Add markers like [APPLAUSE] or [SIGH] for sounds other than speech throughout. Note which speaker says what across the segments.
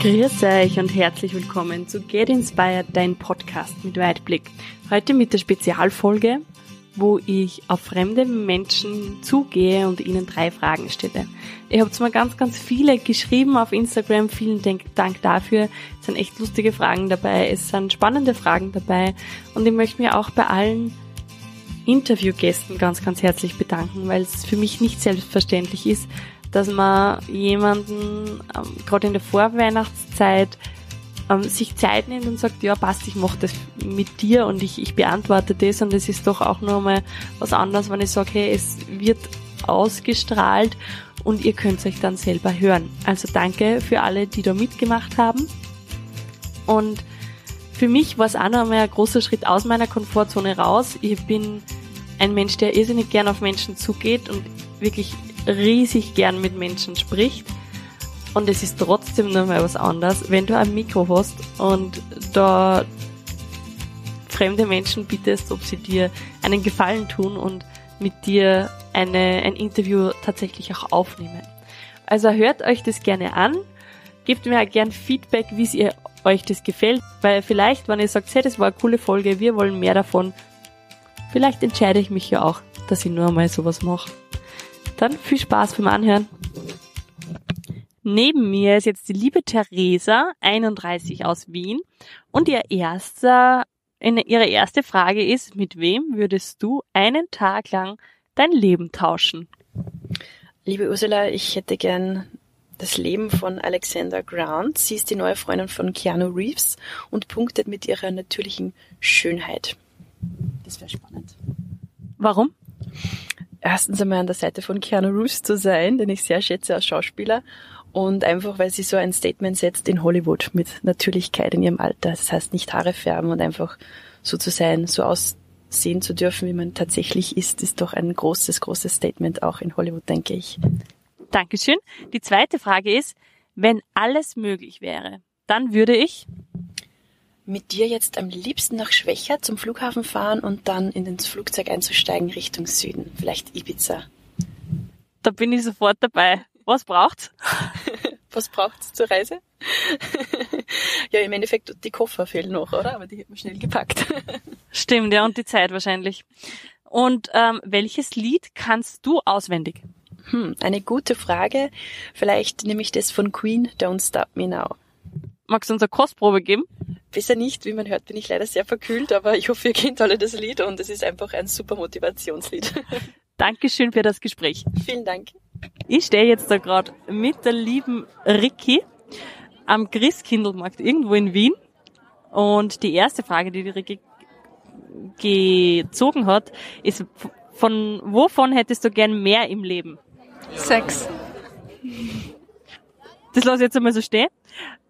Speaker 1: Grüß euch und herzlich willkommen zu Get Inspired, dein Podcast mit Weitblick. Heute mit der Spezialfolge, wo ich auf fremde Menschen zugehe und ihnen drei Fragen stelle. Ihr habt mir ganz, ganz viele geschrieben auf Instagram. Vielen Dank dafür. Es sind echt lustige Fragen dabei. Es sind spannende Fragen dabei. Und ich möchte mir auch bei allen Interviewgästen ganz, ganz herzlich bedanken, weil es für mich nicht selbstverständlich ist, dass man jemanden ähm, gerade in der Vorweihnachtszeit ähm, sich Zeit nimmt und sagt, ja passt, ich mache das mit dir und ich, ich beantworte das und es ist doch auch nochmal was anderes, wenn ich sage, hey, es wird ausgestrahlt und ihr könnt es euch dann selber hören. Also danke für alle, die da mitgemacht haben und für mich war es auch nochmal ein großer Schritt aus meiner Komfortzone raus. Ich bin ein Mensch, der irrsinnig gern auf Menschen zugeht und wirklich riesig gern mit Menschen spricht. Und es ist trotzdem nochmal was anderes, wenn du ein Mikro hast und da fremde Menschen bittest, ob sie dir einen Gefallen tun und mit dir eine, ein Interview tatsächlich auch aufnehmen. Also hört euch das gerne an. Gebt mir gern Feedback, wie es ihr, euch das gefällt, weil vielleicht, wenn ihr sagt, hey, das war eine coole Folge, wir wollen mehr davon, vielleicht entscheide ich mich ja auch, dass ich nur mal sowas mache. Dann viel Spaß beim Anhören. Neben mir ist jetzt die liebe Theresa, 31 aus Wien. Und ihr erster, ihre erste Frage ist, mit wem würdest du einen Tag lang dein Leben tauschen?
Speaker 2: Liebe Ursula, ich hätte gern das Leben von Alexander Grant. Sie ist die neue Freundin von Keanu Reeves und punktet mit ihrer natürlichen Schönheit.
Speaker 3: Das wäre spannend.
Speaker 1: Warum?
Speaker 2: erstens einmal an der Seite von Keanu Reeves zu sein, den ich sehr schätze als Schauspieler. Und einfach, weil sie so ein Statement setzt in Hollywood mit Natürlichkeit in ihrem Alter. Das heißt, nicht Haare färben und einfach so zu sein, so aussehen zu dürfen, wie man tatsächlich ist, ist doch ein großes, großes Statement auch in Hollywood, denke ich.
Speaker 1: Dankeschön. Die zweite Frage ist, wenn alles möglich wäre, dann würde
Speaker 2: [LAUGHS]
Speaker 1: ich
Speaker 2: mit dir jetzt am liebsten nach Schwächer zum Flughafen fahren und dann in ins Flugzeug einzusteigen Richtung Süden, vielleicht Ibiza.
Speaker 1: Da bin ich sofort dabei. Was braucht's?
Speaker 2: [LAUGHS] Was braucht's zur Reise? [LAUGHS] ja, im Endeffekt die Koffer fehlen noch, oder? Aber die hat man schnell gepackt. [LAUGHS]
Speaker 1: Stimmt, ja, und die Zeit wahrscheinlich. Und ähm, welches Lied kannst du auswendig?
Speaker 2: Hm, eine gute Frage. Vielleicht nehme ich das von Queen, Don't Stop Me Now.
Speaker 1: Magst du uns eine Kostprobe geben?
Speaker 2: Besser nicht, wie man hört, bin ich leider sehr verkühlt, aber ich hoffe, ihr kennt alle das Lied und es ist einfach ein super Motivationslied. [LAUGHS]
Speaker 1: Dankeschön für das Gespräch.
Speaker 2: Vielen Dank.
Speaker 1: Ich stehe jetzt da gerade mit der lieben Ricky am Christkindlmarkt irgendwo in Wien. Und die erste Frage, die die Ricky gezogen hat, ist, von wovon hättest du gern mehr im Leben?
Speaker 3: Sex.
Speaker 1: Das lasse ich jetzt einmal so stehen.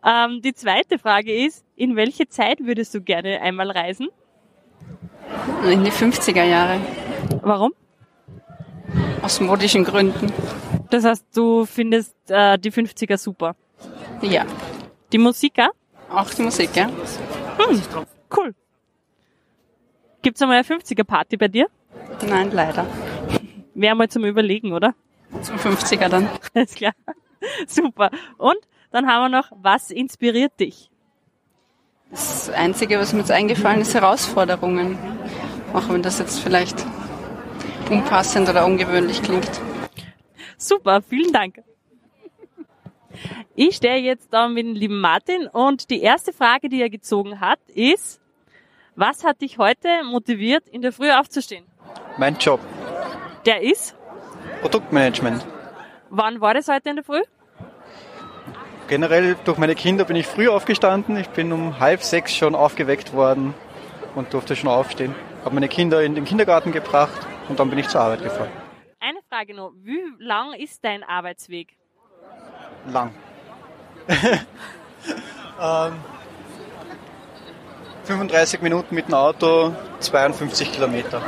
Speaker 1: Ähm, die zweite Frage ist, in welche Zeit würdest du gerne einmal reisen?
Speaker 3: In die 50er Jahre.
Speaker 1: Warum?
Speaker 3: Aus modischen Gründen.
Speaker 1: Das heißt, du findest äh, die 50er super?
Speaker 3: Ja.
Speaker 1: Die Musiker?
Speaker 3: Auch die Musik, ja.
Speaker 1: Hm, cool. Gibt's einmal eine 50er Party bei dir?
Speaker 3: Nein, leider.
Speaker 1: Wäre mal zum Überlegen, oder?
Speaker 3: Zum 50er dann.
Speaker 1: [LAUGHS] Alles klar. Super. Und dann haben wir noch, was inspiriert dich?
Speaker 3: Das Einzige, was mir jetzt eingefallen ist, Herausforderungen. Auch wenn das jetzt vielleicht unpassend oder ungewöhnlich klingt.
Speaker 1: Super, vielen Dank. Ich stehe jetzt da mit dem lieben Martin und die erste Frage, die er gezogen hat, ist, was hat dich heute motiviert, in der Früh aufzustehen?
Speaker 4: Mein Job.
Speaker 1: Der ist?
Speaker 4: Produktmanagement.
Speaker 1: Wann war das heute in der Früh?
Speaker 4: Generell durch meine Kinder bin ich früh aufgestanden. Ich bin um halb sechs schon aufgeweckt worden und durfte schon aufstehen. Habe meine Kinder in den Kindergarten gebracht und dann bin ich zur Arbeit gefahren.
Speaker 1: Eine Frage noch. Wie lang ist dein Arbeitsweg?
Speaker 4: Lang. ähm, 35 Minuten mit dem Auto, 52 Kilometer.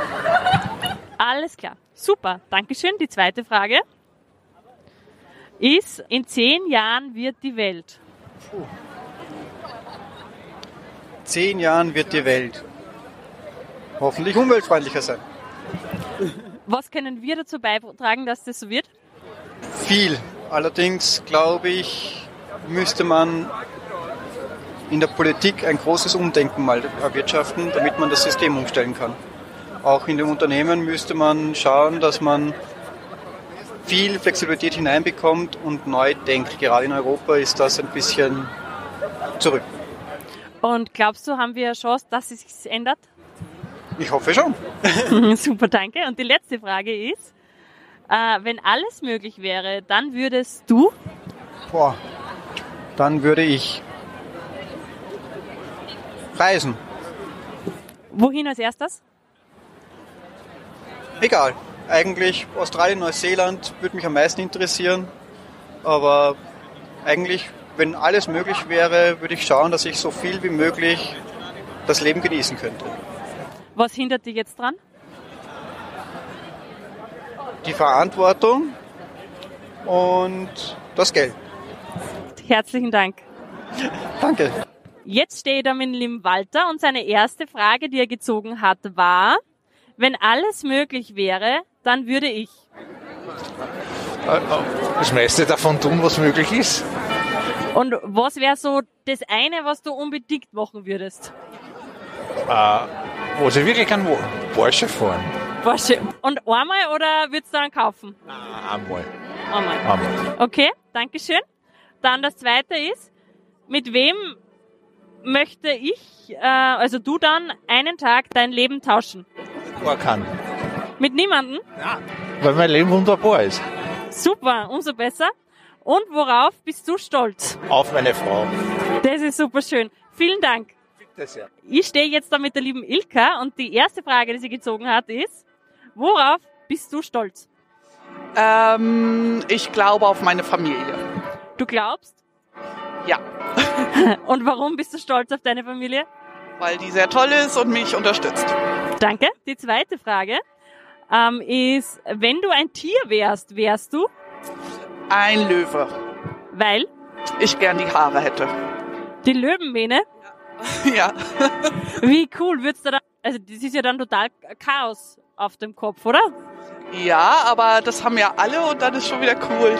Speaker 1: Alles klar. Super. Dankeschön. Die zweite Frage ist, in zehn Jahren wird die Welt. Puh.
Speaker 4: Zehn Jahren wird die Welt hoffentlich umweltfreundlicher sein.
Speaker 1: Was können wir dazu beitragen, dass das so wird?
Speaker 4: Viel. Allerdings glaube ich, müsste man in der Politik ein großes Umdenken mal erwirtschaften, damit man das System umstellen kann. Auch in den Unternehmen müsste man schauen, dass man viel Flexibilität hineinbekommt und neu denkt. Gerade in Europa ist das ein bisschen zurück.
Speaker 1: Und glaubst du, haben wir eine Chance, dass es sich ändert? [LAUGHS]
Speaker 4: Ich hoffe schon.
Speaker 1: Super, danke. Und die letzte Frage ist, äh, wenn alles möglich wäre, dann würdest du?
Speaker 4: Boah, dann würde ich reisen.
Speaker 1: Wohin als erstes?
Speaker 4: Egal. Eigentlich Australien, Neuseeland würde mich am meisten interessieren. Aber eigentlich, wenn alles möglich wäre, würde ich schauen, dass ich so viel wie möglich das Leben genießen könnte.
Speaker 1: Was hindert dich jetzt dran?
Speaker 4: Die Verantwortung und das Geld.
Speaker 1: Herzlichen Dank.
Speaker 4: Danke.
Speaker 1: Jetzt stehe ich da mit Lim Walter und seine erste Frage, die er gezogen hat, war, wenn alles möglich wäre, dann würde ich.
Speaker 5: Äh, Das meiste davon tun, was möglich ist.
Speaker 1: Und was wäre so das eine, was du unbedingt machen würdest?
Speaker 5: Äh, was ich wirklich kann, wo- Porsche fahren.
Speaker 1: Porsche. Und einmal oder würdest du einen kaufen?
Speaker 5: Ah, Einmal.
Speaker 1: Einmal.
Speaker 5: Einmal.
Speaker 1: Okay, danke schön. Dann das zweite ist, mit wem möchte ich, äh, also du dann, einen Tag dein Leben tauschen?
Speaker 5: Gar kann.
Speaker 1: Mit niemanden?
Speaker 5: Weil mein Leben wunderbar ist.
Speaker 1: Super, umso besser. Und worauf bist du stolz?
Speaker 5: Auf meine Frau.
Speaker 1: Das ist super schön. Vielen Dank.
Speaker 5: Bitte sehr.
Speaker 1: Ich stehe jetzt da mit der lieben Ilka und die erste Frage, die sie gezogen hat, ist, worauf bist du stolz?
Speaker 6: Ähm, ich glaube auf meine Familie.
Speaker 1: Du glaubst?
Speaker 6: Ja.
Speaker 1: [LAUGHS] Und warum bist du stolz auf deine Familie?
Speaker 6: Weil die sehr toll ist und mich unterstützt.
Speaker 1: Danke. Die zweite Frage ähm, ist, wenn du ein Tier wärst, wärst du,
Speaker 6: Ein Löwe.
Speaker 1: weil
Speaker 6: Ich gern die Haare hätte.
Speaker 1: die Löwenmähne,
Speaker 6: [LAUGHS] ja.
Speaker 1: wie cool würdest du da, also das ist ja dann total Chaos auf dem Kopf, oder?
Speaker 6: Ja, aber das haben ja alle und dann ist schon wieder cool.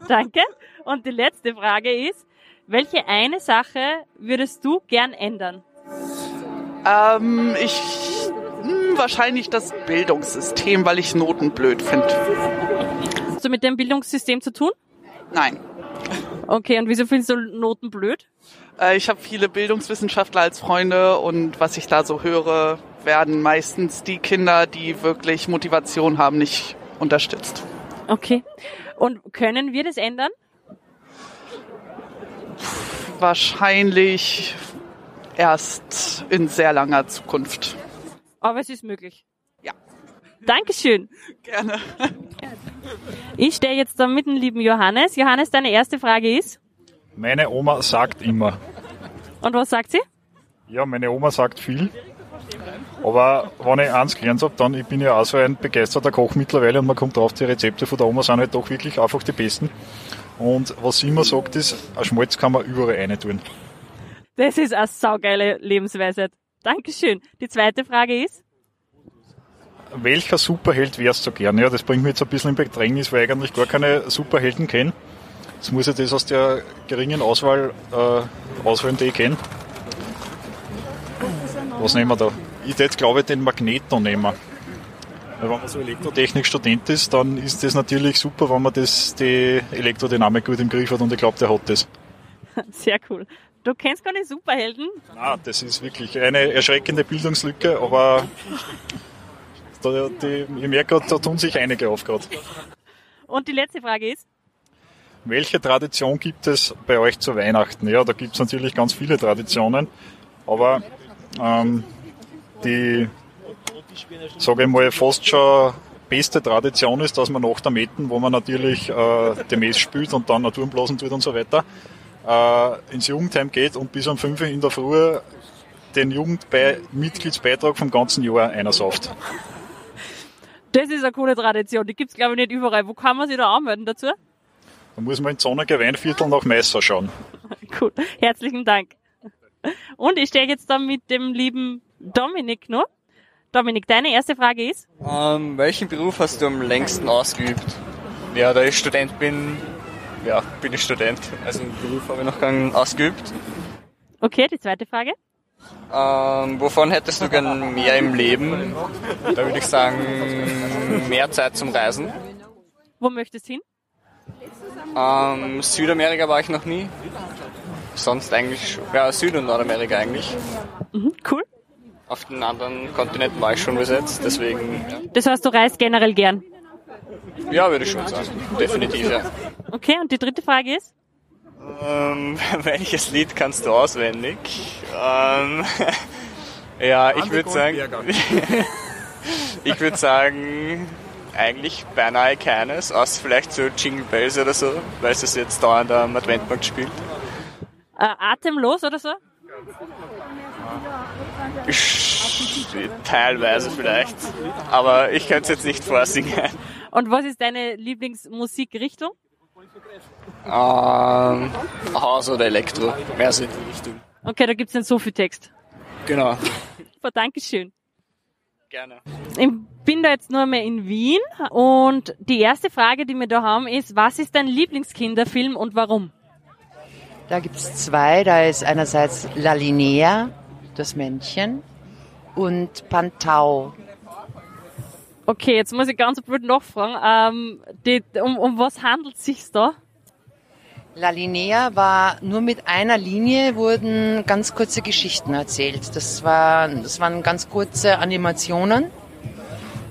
Speaker 1: [LAUGHS] Danke. Und die letzte Frage ist, welche eine Sache würdest du gern ändern?
Speaker 6: Ähm, ich hm, wahrscheinlich das Bildungssystem, weil ich Noten blöd finde.
Speaker 1: Hast du mit dem Bildungssystem zu tun?
Speaker 6: Nein.
Speaker 1: Okay, und wieso findest du Noten blöd?
Speaker 6: Äh, ich habe viele Bildungswissenschaftler als Freunde und was ich da so höre, werden meistens die Kinder, die wirklich Motivation haben, nicht unterstützt.
Speaker 1: Okay. Und können wir das ändern?
Speaker 6: Wahrscheinlich erst in sehr langer Zukunft.
Speaker 1: Aber es ist möglich.
Speaker 6: Ja.
Speaker 1: Dankeschön.
Speaker 6: Gerne.
Speaker 1: Ich stehe jetzt da mit dem lieben Johannes. Johannes, deine erste Frage ist,
Speaker 7: Meine Oma sagt immer.
Speaker 1: und was sagt sie?
Speaker 7: Ja, meine Oma sagt viel. Aber wenn ich eins gelernt habe, dann, ich bin ja auch so ein begeisterter Koch mittlerweile und man kommt drauf, die Rezepte von der Oma sind halt doch wirklich einfach die besten. Und was sie immer sagt, ist, ein Schmalz kann man überall rein tun.
Speaker 1: Das ist eine saugeile Lebensweisheit. Dankeschön. Die zweite Frage ist, [LAUGHS]
Speaker 7: Welcher Superheld wärst du gern? Ja, das bringt mich jetzt ein bisschen in Bedrängnis, weil ich eigentlich gar keine Superhelden kenne. Jetzt muss ich das aus der geringen Auswahl äh, auswählen, die ich kenne. Was nehmen wir da? Ich würde glaube ich den Magneto nehmen. Weil wenn man so Elektrotechnik-Student ist, dann ist das natürlich super, wenn man das, die Elektrodynamik gut im Griff hat und ich glaube, der hat das.
Speaker 1: sehr cool. Du kennst keine Superhelden?
Speaker 7: Ah, das ist wirklich eine erschreckende Bildungslücke, aber da, die, ich merke gerade, da tun sich einige auf gerade.
Speaker 1: Und die letzte Frage ist,
Speaker 7: Welche Tradition gibt es bei euch zu Weihnachten? Ja, da gibt es natürlich ganz viele Traditionen, aber ähm, die, sage ich mal, fast schon beste Tradition ist, dass man nach der Metten, wo man natürlich äh, die Mess spült und dann Naturenblasen tut und so weiter, äh, ins Jugendheim geht und bis um 5 Uhr in der Früh den Jugendmitgliedsbeitrag vom ganzen Jahr einersauft.
Speaker 1: das ist eine coole Tradition. Die gibt's glaube ich nicht überall. Wo kann man sich da anmelden dazu?
Speaker 7: Da muss man in Sonnenge Weinviertel nach Meißer schauen.
Speaker 1: Cool. [LAUGHS] Herzlichen Dank. Und ich stehe jetzt da mit dem lieben Dominik noch. Dominik, deine erste Frage ist,
Speaker 8: Ähm, welchen Beruf hast du am längsten ausgeübt?
Speaker 9: Ja, da ich Student bin,
Speaker 8: ja, bin ich Student. Also den Beruf habe ich noch gar nicht ausgeübt.
Speaker 1: Okay, die zweite Frage.
Speaker 8: Ähm, wovon hättest du gern mehr im Leben? Da würde ich sagen, mehr Zeit zum Reisen.
Speaker 1: Wo möchtest du hin?
Speaker 8: Ähm, Südamerika war ich noch nie. Sonst eigentlich, ja, Süd- und Nordamerika eigentlich.
Speaker 1: Mhm, cool.
Speaker 8: Auf den anderen Kontinenten war ich schon bis jetzt, deswegen,
Speaker 1: Das heißt, du reist generell gern.
Speaker 8: ja, ja würde ich schon sagen. Definitiv, ja.
Speaker 1: Okay, und die dritte Frage ist?
Speaker 8: Ähm, [LAUGHS] welches Lied kannst du auswendig? Ähm, [LAUGHS] ja, ich würde sagen. [LAUGHS] ich würde sagen, eigentlich beinahe keines, außer vielleicht so Jingle Bells oder so, weil es das jetzt dauernd am Adventmarkt spielt.
Speaker 1: Äh, atemlos oder so?
Speaker 8: Teilweise vielleicht. Aber ich könnte es jetzt nicht vorsingen. [LAUGHS]
Speaker 1: Und was ist deine Lieblingsmusikrichtung?
Speaker 8: Ähm, House oder Elektro. Mehr so in die Richtung.
Speaker 1: Okay, da gibt's nicht so viel Text.
Speaker 8: Genau.
Speaker 1: Super, Dankeschön.
Speaker 8: Gerne.
Speaker 1: Ich bin da jetzt nur mehr in Wien und die erste Frage, die wir da haben, ist, was ist dein Lieblingskinderfilm und warum?
Speaker 9: Da gibt es zwei. Da ist einerseits La Linea, das Männchen, und Pantau.
Speaker 1: Okay, jetzt muss ich ganz blöd nachfragen. Ähm, die, um, um was handelt sich's da?
Speaker 9: La Linea war nur mit einer Linie wurden ganz kurze Geschichten erzählt. Das, war, das waren ganz kurze Animationen.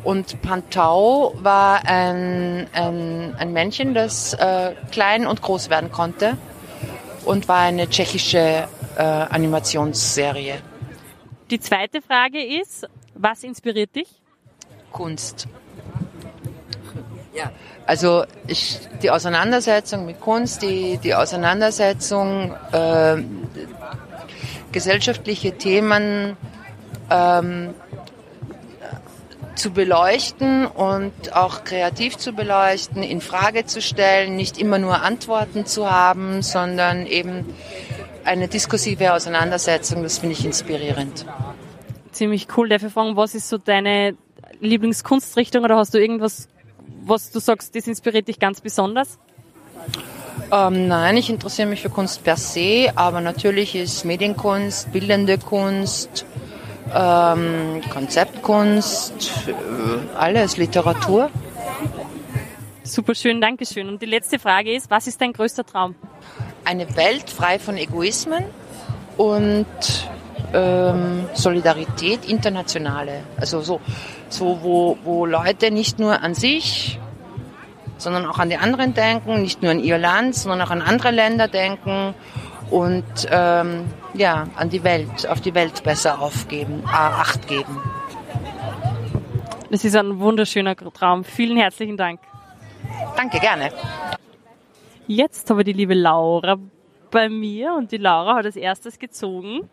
Speaker 9: Und Pantau war ein, ein, ein Männchen, das äh, klein und groß werden konnte und war eine tschechische äh, Animationsserie.
Speaker 1: Die zweite Frage ist, was inspiriert dich?
Speaker 9: Kunst. Also ich, die Auseinandersetzung mit Kunst, die, die Auseinandersetzung äh, gesellschaftliche Themen ähm, zu beleuchten und auch kreativ zu beleuchten, in Frage zu stellen, nicht immer nur Antworten zu haben, sondern eben eine diskursive Auseinandersetzung, das finde ich inspirierend.
Speaker 1: Ziemlich cool. Darf ich fragen, was ist so deine Lieblingskunstrichtung oder hast du irgendwas, was du sagst, das inspiriert dich ganz besonders?
Speaker 9: Ähm, nein, ich interessiere mich für Kunst per se, aber natürlich ist Medienkunst, bildende Kunst, ähm, Konzeptkunst, äh, alles, Literatur.
Speaker 1: Super schön, Dankeschön. Und die letzte Frage ist, was ist dein größter Traum?
Speaker 9: Eine Welt frei von Egoismen und ähm, Solidarität, internationale. Also so, so wo, wo Leute nicht nur an sich, sondern auch an die anderen denken, nicht nur an ihr Land, sondern auch an andere Länder denken und ähm, ja, an die Welt, auf die Welt besser aufgeben, äh, Acht geben.
Speaker 1: Das ist ein wunderschöner Traum. Vielen herzlichen Dank.
Speaker 9: Danke, gerne.
Speaker 1: Jetzt habe ich die liebe Laura bei mir und die Laura hat als erstes gezogen.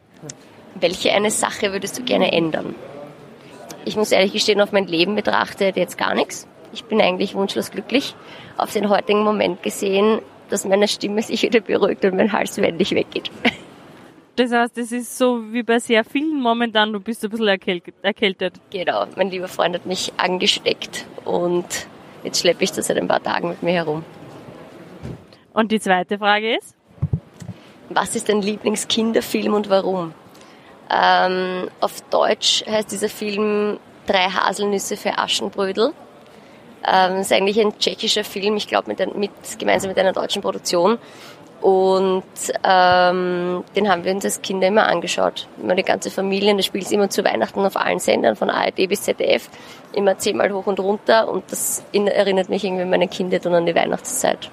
Speaker 10: Welche eine Sache würdest du gerne ändern? Ich muss ehrlich gestehen, auf mein Leben betrachtet jetzt gar nichts. Ich bin eigentlich wunschlos glücklich. Auf den heutigen Moment gesehen, dass meine Stimme sich wieder beruhigt und mein Hals wendig weggeht.
Speaker 1: Das heißt, es ist so wie bei sehr vielen momentan, du bist ein bisschen erkält- erkältet.
Speaker 10: Genau, mein lieber Freund hat mich angesteckt und jetzt schleppe ich das seit ein paar Tagen mit mir herum.
Speaker 1: Und die zweite Frage ist,
Speaker 10: Was ist dein Lieblingskinderfilm und warum? Ähm, auf Deutsch heißt dieser Film Drei Haselnüsse für Aschenbrödel. Ähm, ist eigentlich ein tschechischer Film, ich glaube mit, ein- mit, gemeinsam mit einer deutschen Produktion. Und ähm, den haben wir uns als Kinder immer angeschaut. Meine ganze Familie, das spielt immer zu Weihnachten auf allen Sendern, von ARD bis ZDF, immer zehnmal hoch und runter. Und das in- erinnert mich irgendwie an meine Kindheit und an die Weihnachtszeit.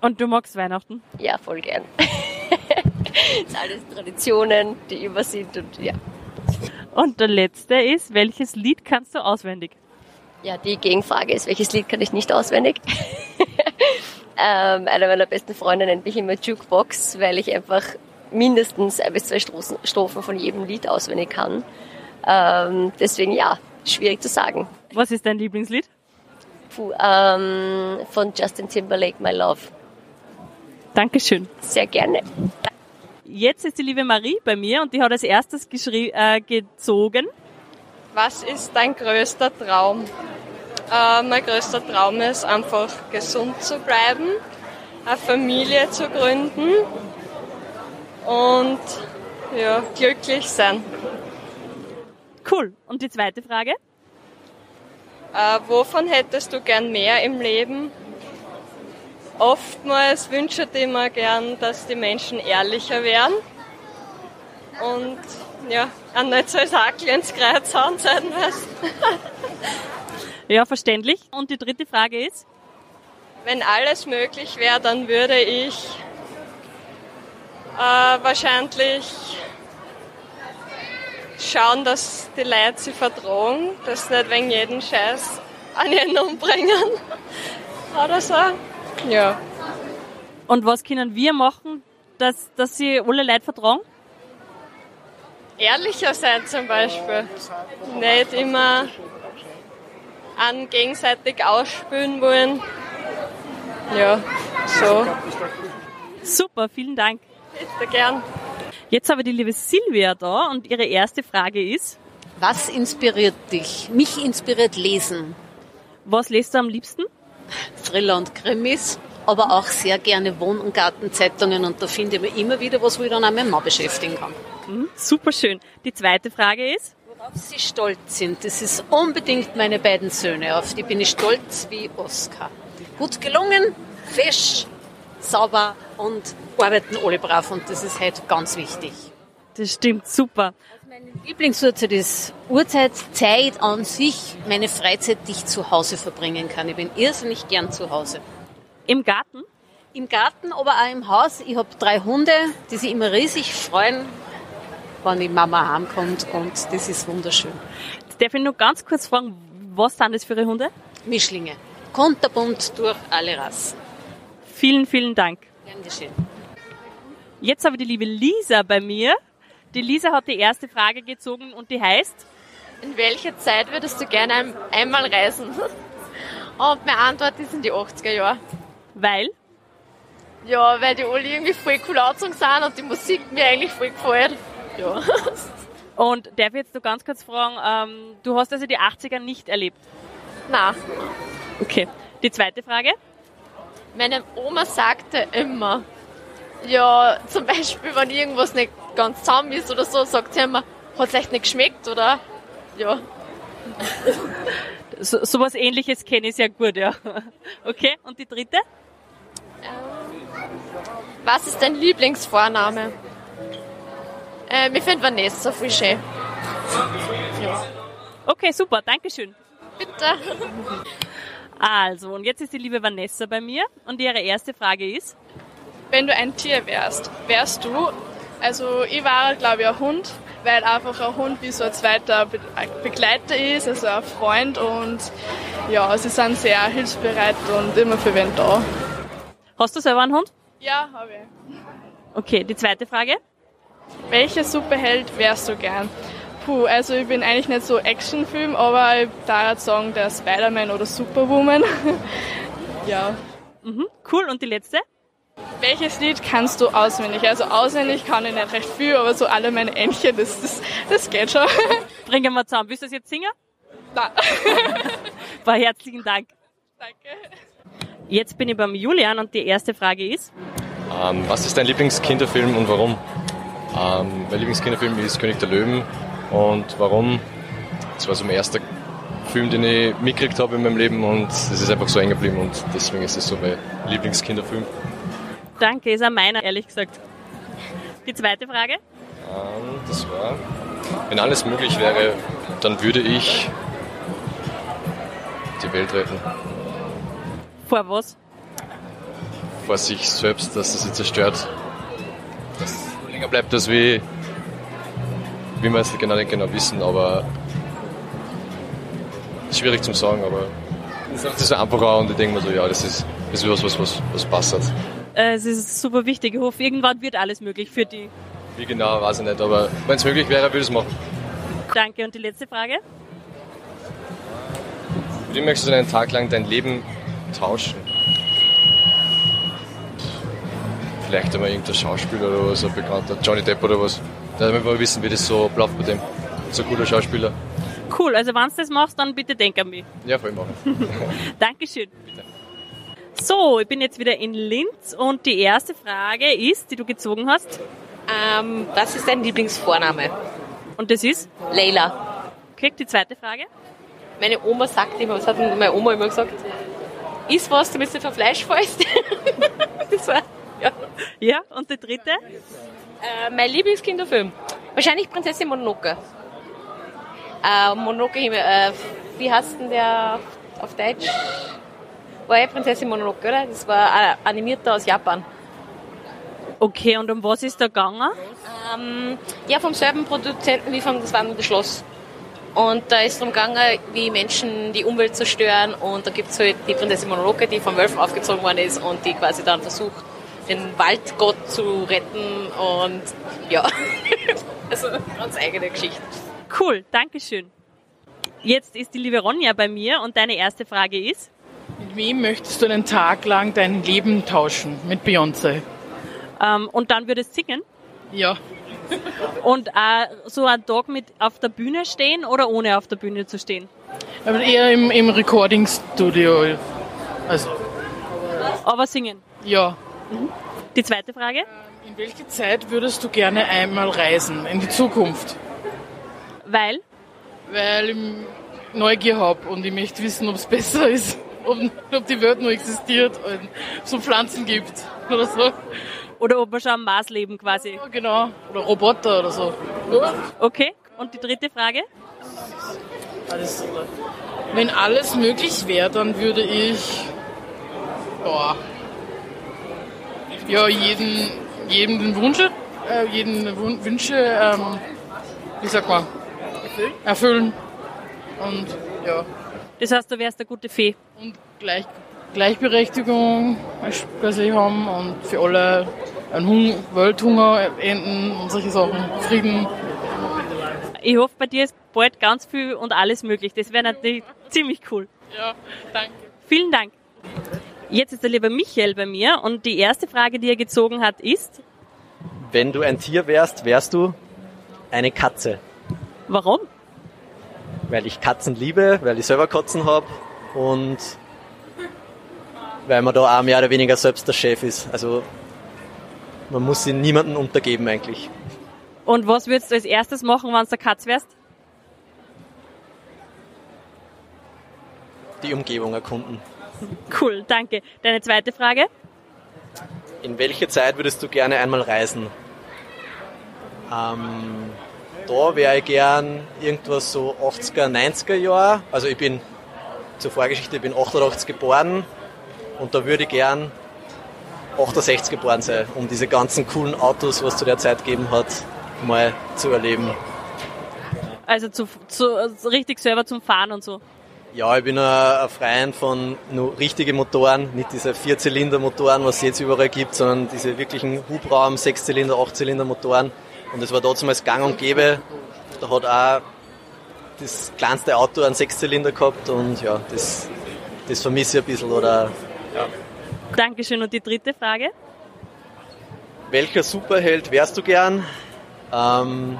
Speaker 1: und du magst Weihnachten.
Speaker 10: Ja, voll gern. das sind alles Traditionen, die immer sind und ja.
Speaker 1: Und der letzte ist, welches Lied kannst du auswendig?
Speaker 10: Ja, die Gegenfrage ist, welches Lied kann ich nicht auswendig? [LAUGHS] ähm, einer meiner besten Freunde nennt mich immer Jukebox, weil ich einfach mindestens ein bis zwei Stroßen, Strophen von jedem Lied auswendig kann. Ähm, deswegen ja, schwierig zu sagen.
Speaker 1: Was ist dein Lieblingslied?
Speaker 10: Puh, ähm, von Justin Timberlake, My Love.
Speaker 1: Dankeschön.
Speaker 10: Sehr gerne.
Speaker 1: Jetzt ist die liebe Marie bei mir und die hat als erstes geschrie- äh, gezogen.
Speaker 11: Was ist dein größter Ähm, Traum? Äh, mein größter Traum ist einfach gesund zu bleiben. eine Familie zu gründen und ja, glücklich sein.
Speaker 1: Cool. Und die zweite Frage?
Speaker 11: Äh, wovon hättest du gern mehr im Leben? Oftmals wünsche ich immer gern, dass die Menschen ehrlicher wären und ja, auch nicht so als Hakel ins Kreuz hauen sein müssen.
Speaker 1: Ja, verständlich. [LAUGHS] Und die dritte Frage ist?
Speaker 11: Wenn alles möglich wäre, dann würde ich äh, wahrscheinlich schauen, dass die Leute sie verdrohen, dass sie nicht wegen jeden Scheiß an ihnen umbringen [LAUGHS] oder so. Ja.
Speaker 1: Und was können wir machen, dass, dass sie alle Leute vertragen?
Speaker 11: Ehrlicher sein zum Beispiel. Nicht immer an gegenseitig ausspülen wollen. Ja, so.
Speaker 1: Super, vielen Dank.
Speaker 11: Bitte gern.
Speaker 1: Jetzt habe ich die liebe Silvia da und ihre erste Frage ist,
Speaker 12: Was inspiriert dich? Mich inspiriert Lesen.
Speaker 1: was lest du am liebsten?
Speaker 12: Thriller und Krimis, aber auch sehr gerne Wohn- und Gartenzeitungen und da finde ich mir immer wieder was, wo ich dann auch meinen Mann beschäftigen kann.
Speaker 1: Mhm, super schön. Die zweite Frage ist,
Speaker 12: Worauf Sie stolz sind, das ist unbedingt meine beiden Söhne, auf die bin ich stolz wie Oscar. Gut gelungen, fesch, sauber und arbeiten alle brav und das ist heute ganz wichtig. Also
Speaker 1: das stimmt, super.
Speaker 12: Lieblingsuhrzeit ist Uhrzeit, Zeit an sich, meine Freizeit, die ich zu Hause verbringen kann. Ich bin irrsinnig gern zu Hause.
Speaker 1: Im Garten?
Speaker 12: Im Garten, aber auch im Haus. Ich habe drei Hunde, die sich immer riesig freuen, wenn die Mama heimkommt und das ist wunderschön.
Speaker 1: Jetzt darf ich nur ganz kurz fragen, was sind das für Ihre Hunde?
Speaker 12: Mischlinge. Kunterbunt durch alle Rassen.
Speaker 1: Vielen, vielen Dank.
Speaker 12: Gern geschehen.
Speaker 1: Jetzt habe ich die liebe Lisa bei mir. Die Lisa hat die erste Frage gezogen und die heißt,
Speaker 13: In welcher Zeit würdest du gerne ein, einmal reisen? [LAUGHS] Und meine Antwort ist in die 80er Jahre.
Speaker 1: Weil?
Speaker 13: Ja, weil die alle irgendwie voll cool angezogen sind und die Musik mir eigentlich voll gefällt. Ja.
Speaker 1: und darf ich jetzt nur ganz kurz fragen, ähm, du hast also die 80er nicht erlebt?
Speaker 13: Nein.
Speaker 1: Okay. Die zweite Frage?
Speaker 13: Meine Oma sagte immer, ja, zum Beispiel, wenn irgendwas nicht ganz zusammen ist oder so, sagt sie immer, hat echt nicht geschmeckt, oder? Ja.
Speaker 1: So, sowas ähnliches kenne ich sehr gut, ja. [LAUGHS] Okay, und die dritte?
Speaker 13: Was ist dein Lieblingsvorname? Ähm, ich finde Vanessa voll schön. Ja.
Speaker 1: Okay, super, Dankeschön.
Speaker 13: Bitte.
Speaker 1: Also, und jetzt ist die liebe Vanessa bei mir und ihre erste Frage ist,
Speaker 14: Wenn du ein Tier wärst, wärst du, also ich war glaube ich ein Hund, weil einfach ein Hund wie so ein zweiter Be ein Begleiter ist, also ein Freund und ja, sie sind sehr hilfsbereit und immer für wen da.
Speaker 1: hast du selber einen Hund?
Speaker 14: Ja, habe ich.
Speaker 1: Okay, die zweite Frage?
Speaker 14: Welcher Superheld wärst du gern? Puh, also ich bin eigentlich nicht so Actionfilm, aber ich darf jetzt sagen, der Spider-Man oder Superwoman. [LAUGHS] ja.
Speaker 1: Mhm, cool, und die letzte?
Speaker 14: Welches Lied kannst du auswendig? Also auswendig kann ich nicht recht viel, aber so alle meine Entchen, das, das, das geht schon.
Speaker 1: Bringen wir zusammen. Willst du das jetzt singen?
Speaker 14: Nein.
Speaker 1: Boah, herzlichen Dank.
Speaker 14: Danke.
Speaker 1: Jetzt bin ich beim Julian und die erste Frage ist,
Speaker 15: Ähm, was ist dein Lieblingskinderfilm und warum? Ähm, mein Lieblingskinderfilm ist König der Löwen. Und warum? Das war so mein erster Film, den ich mitgekriegt habe in meinem Leben und das ist einfach so hängen geblieben und deswegen ist es so mein Lieblingskinderfilm.
Speaker 1: danke, ist auch meiner, ehrlich gesagt. Die zweite Frage?
Speaker 15: Ähm, das war. Wenn alles möglich wäre, dann würde ich die Welt retten.
Speaker 1: Vor was?
Speaker 15: Vor sich selbst, dass es sie zerstört. Dass es nur länger bleibt, als wie, wie wir es genau nicht genau wissen, aber ist schwierig zum sagen, aber es ist so einfacher und ich denke mir so, ja, das ist, das ist was, was, was, was passt. hat.
Speaker 1: Äh, es ist super wichtig. Ich hoffe, irgendwann wird alles möglich für die.
Speaker 15: Wie genau, weiß ich nicht, aber wenn es möglich wäre, würde ich es machen.
Speaker 1: Danke. Und die letzte Frage?
Speaker 15: Wie möchtest du einen Tag lang dein Leben tauschen? Vielleicht einmal irgendein Schauspieler oder was, ein bekannter Johnny Depp oder was. Damit wir wissen, wie das so läuft bei dem. So ein cooler Schauspieler.
Speaker 1: Cool, also wenn du das machst, dann bitte denk an mich.
Speaker 15: Ja, voll machen.
Speaker 1: Dankeschön. So, ich bin jetzt wieder in Linz und die erste Frage ist, die du gezogen hast.
Speaker 16: was Ähm, ist dein Lieblingsvorname?
Speaker 1: Und das ist?
Speaker 16: Leila.
Speaker 1: Kriegt die zweite Frage?
Speaker 16: Meine Oma sagt immer, was hat denn meine Oma immer gesagt? Iss was, damit du nicht vom Fleisch fällst. [LAUGHS] das war, ja.
Speaker 1: ja, und die dritte?
Speaker 16: Äh, mein Lieblingskinderfilm. Wahrscheinlich Prinzessin Mononoke. Äh, Mononoke, äh, wie heißt denn der auf Deutsch? War ja Prinzessin Mononoke, oder? Das war ein animierter aus Japan.
Speaker 1: Okay, und um was ist da gegangen?
Speaker 16: Ähm, ja, vom selben Produzenten wie vom Das Wandelnde Schloss. Und da ist drum gegangen, wie Menschen die Umwelt zerstören. Und da gibt's halt die Prinzessin Mononoke, die von Wölfen aufgezogen worden ist und die quasi dann versucht, den Waldgott zu retten. Und ja, [LAUGHS] also eine ganz eigene Geschichte.
Speaker 1: Cool, danke schön. Jetzt ist die liebe Ronja bei mir und deine erste Frage ist?
Speaker 17: Mit wem möchtest du einen Tag lang dein Leben tauschen? Mit Beyoncé.
Speaker 1: Ähm, und dann würdest du singen?
Speaker 17: Ja.
Speaker 1: [LAUGHS] Und äh, so einen Tag mit auf der Bühne stehen oder ohne auf der Bühne zu stehen?
Speaker 17: Aber eher im, im Recording-Studio. Also.
Speaker 1: Aber singen?
Speaker 17: Ja. Ähm,
Speaker 1: Mhm. Die zweite Frage?
Speaker 17: In welche Zeit würdest du gerne einmal reisen? In die Zukunft?
Speaker 1: Weil?
Speaker 17: Weil ich Neugier habe und ich möchte wissen, ob es besser ist. [LAUGHS] Ob, ob die Welt noch existiert und ob es noch Pflanzen gibt oder so.
Speaker 1: Oder ob wir schon am Mars leben quasi.
Speaker 17: Ja, genau. Oder Roboter oder so.
Speaker 1: Okay, und die dritte Frage?
Speaker 17: Alles, wenn alles möglich wäre, dann würde ich boah, ja, jeden, jedem den Wünsche, äh, jeden Wun Wünsche, ähm, wie sagt man, erfüllen. Und ja.
Speaker 1: Das heißt, du wärst eine gute Fee.
Speaker 17: Und gleich Gleichberechtigung quasi haben und für alle einen Hung Welthunger enden und solche Sachen, Frieden.
Speaker 1: Ich hoffe, bei dir ist bald ganz viel und alles möglich. Das wäre natürlich ziemlich cool.
Speaker 17: Ja, danke.
Speaker 1: Vielen Dank. Jetzt ist der liebe Michael bei mir und die erste Frage, die er gezogen hat, ist?
Speaker 18: Wenn du ein Tier wärst, wärst du eine Katze.
Speaker 1: Warum?
Speaker 18: Weil ich Katzen liebe, weil ich selber Katzen habe und weil man da auch mehr oder weniger selbst der Chef ist. Also man muss sich niemandem untergeben eigentlich.
Speaker 1: Und was würdest du als erstes machen, wenn du der Katz wärst?
Speaker 18: Die Umgebung erkunden.
Speaker 1: Cool, danke. Deine zweite Frage?
Speaker 18: In welche Zeit würdest du gerne einmal reisen? Ähm, da wäre ich gern irgendwas so 80er, 90er Jahre. Also ich bin zur Vorgeschichte, ich bin 88 geboren, und da würde ich gern 68 geboren sein, um diese ganzen coolen Autos, was zu der Zeit gegeben hat, mal zu erleben.
Speaker 1: Also zu, zu, also richtig selber zum Fahren und so.
Speaker 18: Ja, ich bin ein Freund von nur richtigen Motoren, nicht diese Vierzylinder-Motoren, was es jetzt überall gibt, sondern diese wirklichen Hubraum-, Sechszylinder-, Achtzylinder-Motoren. Und es war damals gang und gäbe. Da hat auch das kleinste Auto einen Sechszylinder gehabt und ja, das, das vermisse ich ein bisschen oder ja.
Speaker 1: Dankeschön. Und die dritte Frage?
Speaker 18: Welcher Superheld wärst du gern? Ähm,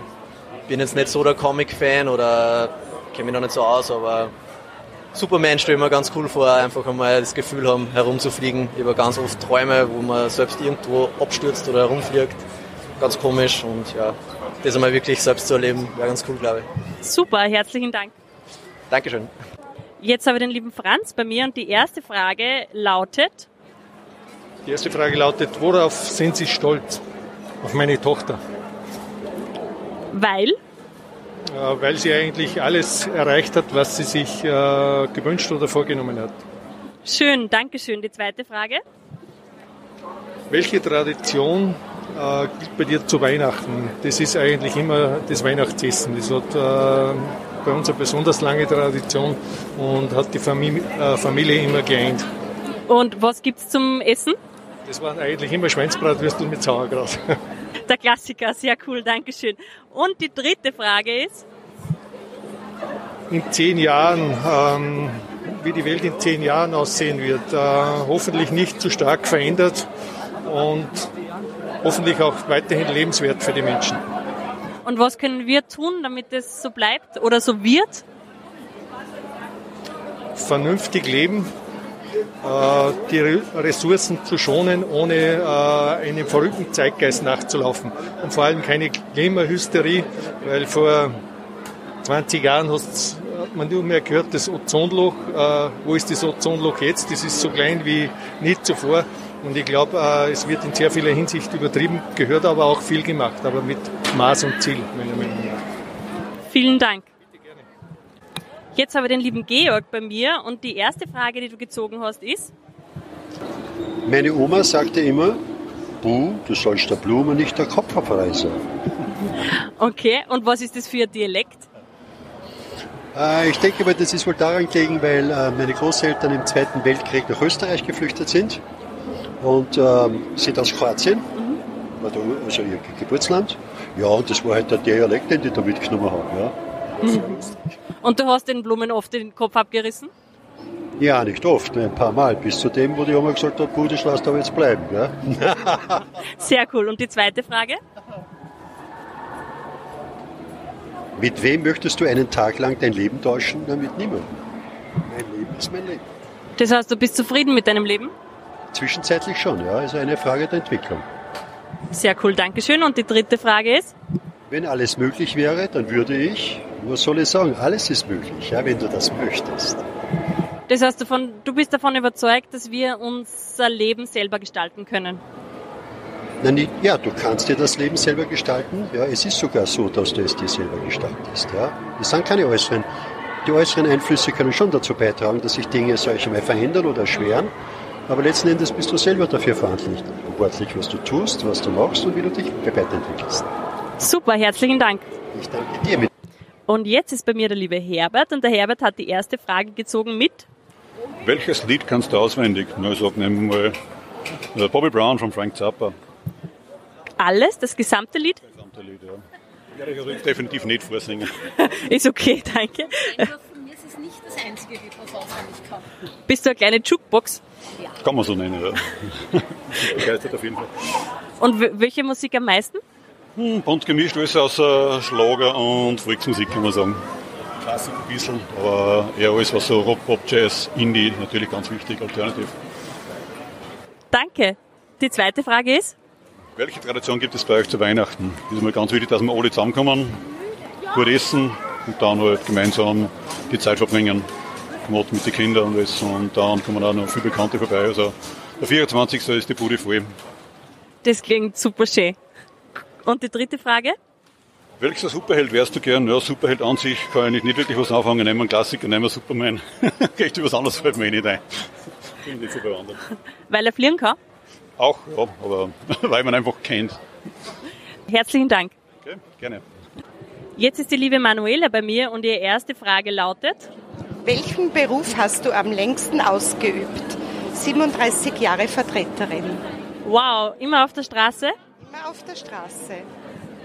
Speaker 18: bin jetzt nicht so der Comic-Fan oder kenne mich noch nicht so aus, aber Superman stelle ich mir ganz cool vor, einfach einmal das Gefühl haben, herumzufliegen. Ich habe ganz oft Träume, wo man selbst irgendwo abstürzt oder herumfliegt. Ganz komisch und ja, das einmal wirklich selbst zu erleben, wäre ganz cool, glaube ich.
Speaker 1: Super, herzlichen Dank.
Speaker 18: Dankeschön.
Speaker 1: Jetzt habe ich den lieben Franz bei mir und die erste Frage lautet.
Speaker 19: Die erste Frage lautet, worauf sind Sie stolz? Auf meine Tochter.
Speaker 1: Weil?
Speaker 19: Äh, weil sie eigentlich alles erreicht hat, was sie sich äh, gewünscht oder vorgenommen hat.
Speaker 1: Schön, danke schön. Die zweite Frage.
Speaker 19: Welche Tradition äh, gilt bei dir zu Weihnachten? Das ist eigentlich immer das Weihnachtsessen. Das hat äh, bei uns eine besonders lange Tradition und hat die Familie, äh, Familie immer geeint.
Speaker 1: Und was gibt es zum Essen?
Speaker 19: Das waren eigentlich immer Schweinsbratwürstel mit Sauerkraut. [LAUGHS]
Speaker 1: Der Klassiker, sehr cool, Dankeschön. Und die dritte Frage ist?
Speaker 19: In zehn Jahren, ähm, wie die Welt in zehn Jahren aussehen wird, äh, hoffentlich nicht zu stark verändert und hoffentlich auch weiterhin lebenswert für die Menschen.
Speaker 1: Und was können wir tun, damit es so bleibt oder so wird?
Speaker 19: Vernünftig leben, äh, die Re- Ressourcen zu schonen, ohne äh, einem verrückten Zeitgeist nachzulaufen. Und vor allem keine Klimahysterie, weil vor 20 Jahren hast man nur mehr gehört, das Ozonloch, äh, wo ist das Ozonloch jetzt? Das ist so klein wie nie zuvor. Und ich glaube, äh, es wird in sehr vieler Hinsicht übertrieben, gehört aber auch viel gemacht, aber mit Maß und Ziel, meiner Meinung nach.
Speaker 1: Vielen Dank. Jetzt habe ich den lieben Georg bei mir und die erste Frage, die du gezogen hast, ist,
Speaker 20: Meine Oma sagte immer, Buh, du sollst der Blume nicht der Kopf abreißen.
Speaker 1: okay, und was ist das für ein Dialekt?
Speaker 20: Äh, ich denke aber, das ist wohl daran gelegen, weil äh, meine Großeltern im Zweiten Weltkrieg nach Österreich geflüchtet sind und ähm, sind aus Kroatien, also also ihr Ge- Geburtsland. Ja, und das war halt der Dialekt, den die da mitgenommen haben. Ja.
Speaker 1: Und du hast den Blumen oft den Kopf abgerissen?
Speaker 20: Ja, nicht oft, ne, ein paar Mal, bis zu dem, wo die Oma gesagt hat, gut, das lass aber jetzt bleiben. Ja? [LAUGHS]
Speaker 1: Sehr cool. Und die zweite Frage?
Speaker 20: Mit wem möchtest du einen Tag lang dein Leben tauschen? Na, mit niemandem. Mein Leben ist mein Leben.
Speaker 1: Das heißt, du bist zufrieden mit deinem Leben?
Speaker 20: Zwischenzeitlich schon, ja, ist eine Frage der Entwicklung.
Speaker 1: Sehr cool, Dankeschön. Und die dritte Frage ist,
Speaker 20: Wenn alles möglich wäre, dann würde ich, was soll ich sagen, alles ist möglich, ja, wenn du das möchtest.
Speaker 1: das heißt, davon, du bist davon überzeugt, dass wir unser Leben selber gestalten können.
Speaker 20: Na, nicht, ja, du kannst dir das Leben selber gestalten. Ja, es ist sogar so, dass du es dir selber gestaltest. Ja, es sind keine äußeren. Die äußeren Einflüsse können schon dazu beitragen, dass sich Dinge solche mal verändern oder erschweren. Aber letzten Endes bist du selber dafür verantwortlich, verantwortlich, was du tust, was du machst und wie du dich weiterentwickelst.
Speaker 1: Super, herzlichen Dank.
Speaker 20: Ich danke dir. Mit
Speaker 1: Und jetzt ist bei mir der liebe Herbert und der Herbert hat die erste Frage gezogen mit,
Speaker 21: Welches Lied kannst du auswendig? Na, ich sag, nehmen wir mal äh, Bobby Brown von Frank Zappa.
Speaker 1: alles, das gesamte Lied.
Speaker 21: Gesamte Lied, ja. Ja, ich würde definitiv nicht vorsingen.
Speaker 1: [LAUGHS] Ist okay, danke.
Speaker 22: Von mir ist es nicht das einzige Lied, was auswendig kann.
Speaker 1: Bist du eine kleine Jukebox?
Speaker 21: Kann man so nennen, ja. [LAUGHS] Begeistert auf jeden Fall.
Speaker 1: Und w- welche Musik am meisten?
Speaker 21: Hm, bunt gemischt, alles außer Schlager und Volksmusik, kann man sagen. Klassik ein bisschen, aber eher alles, was so Rock, Pop, Jazz, Indie, natürlich ganz wichtig, alternativ.
Speaker 1: Danke. Die zweite Frage ist,
Speaker 21: Welche Tradition gibt es bei euch zu Weihnachten? Ist mal ganz wichtig, dass wir alle zusammenkommen, gut essen und dann halt gemeinsam die Zeit verbringen. Kommt mit den Kindern und essen und dann kommen auch noch viele Bekannte vorbei. Also der 24. ist die Bude voll.
Speaker 1: das klingt super schön. Und die dritte Frage?
Speaker 21: Welcher Superheld wärst du gern? Ja, Superheld an sich kann ich nicht, nicht wirklich was anfangen. Nehmen wir einen Klassiker, nehmen wir Superman. [LAUGHS] Geht über was anderes fällt mir eh nicht ein. Bin nicht so bewandert.
Speaker 1: Weil er fliegen kann.
Speaker 21: Auch, ja, aber [LAUGHS] weil man einfach kennt.
Speaker 1: Herzlichen Dank.
Speaker 21: Okay, gerne.
Speaker 1: Jetzt ist die liebe Manuela bei mir und ihre erste Frage lautet,
Speaker 23: Welchen Beruf hast du am längsten ausgeübt? 37 Jahre Vertreterin.
Speaker 1: wow, immer auf der Straße?
Speaker 23: Immer auf der Straße.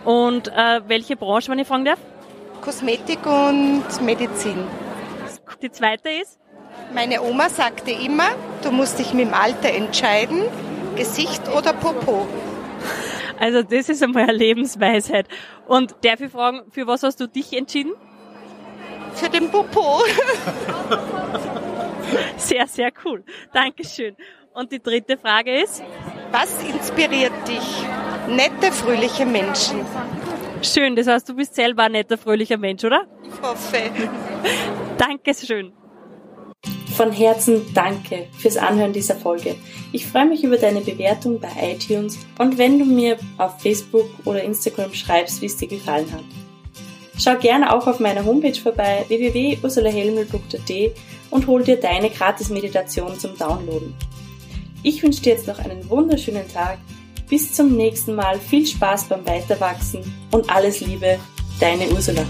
Speaker 1: Und äh, welche Branche, wenn ich fragen darf?
Speaker 23: Kosmetik und Medizin.
Speaker 1: Die zweite ist?
Speaker 23: Meine Oma sagte immer, du musst dich mit dem Alter entscheiden, Gesicht oder Popo.
Speaker 1: Also das ist einmal eine Lebensweisheit. Und darf ich fragen, für was hast du dich entschieden?
Speaker 23: Für den Popo.
Speaker 1: Sehr, sehr cool. Dankeschön. Und die dritte Frage ist?
Speaker 23: Was inspiriert dich? Nette, fröhliche Menschen.
Speaker 1: Schön, das heißt, du bist selber ein netter, fröhlicher Mensch, oder?
Speaker 23: Ich hoffe.
Speaker 1: Dankeschön. Von Herzen danke fürs Anhören dieser Folge. Ich freue mich über deine Bewertung bei iTunes und wenn du mir auf Facebook oder Instagram schreibst, wie es dir gefallen hat. Schau gerne auch auf meiner Homepage vorbei www.ursulahelmel.at und hol dir deine Gratis-Meditation zum Downloaden. Ich wünsche dir jetzt noch einen wunderschönen Tag. Bis zum nächsten Mal. Viel Spaß beim Weiterwachsen und alles Liebe. Deine Ursula.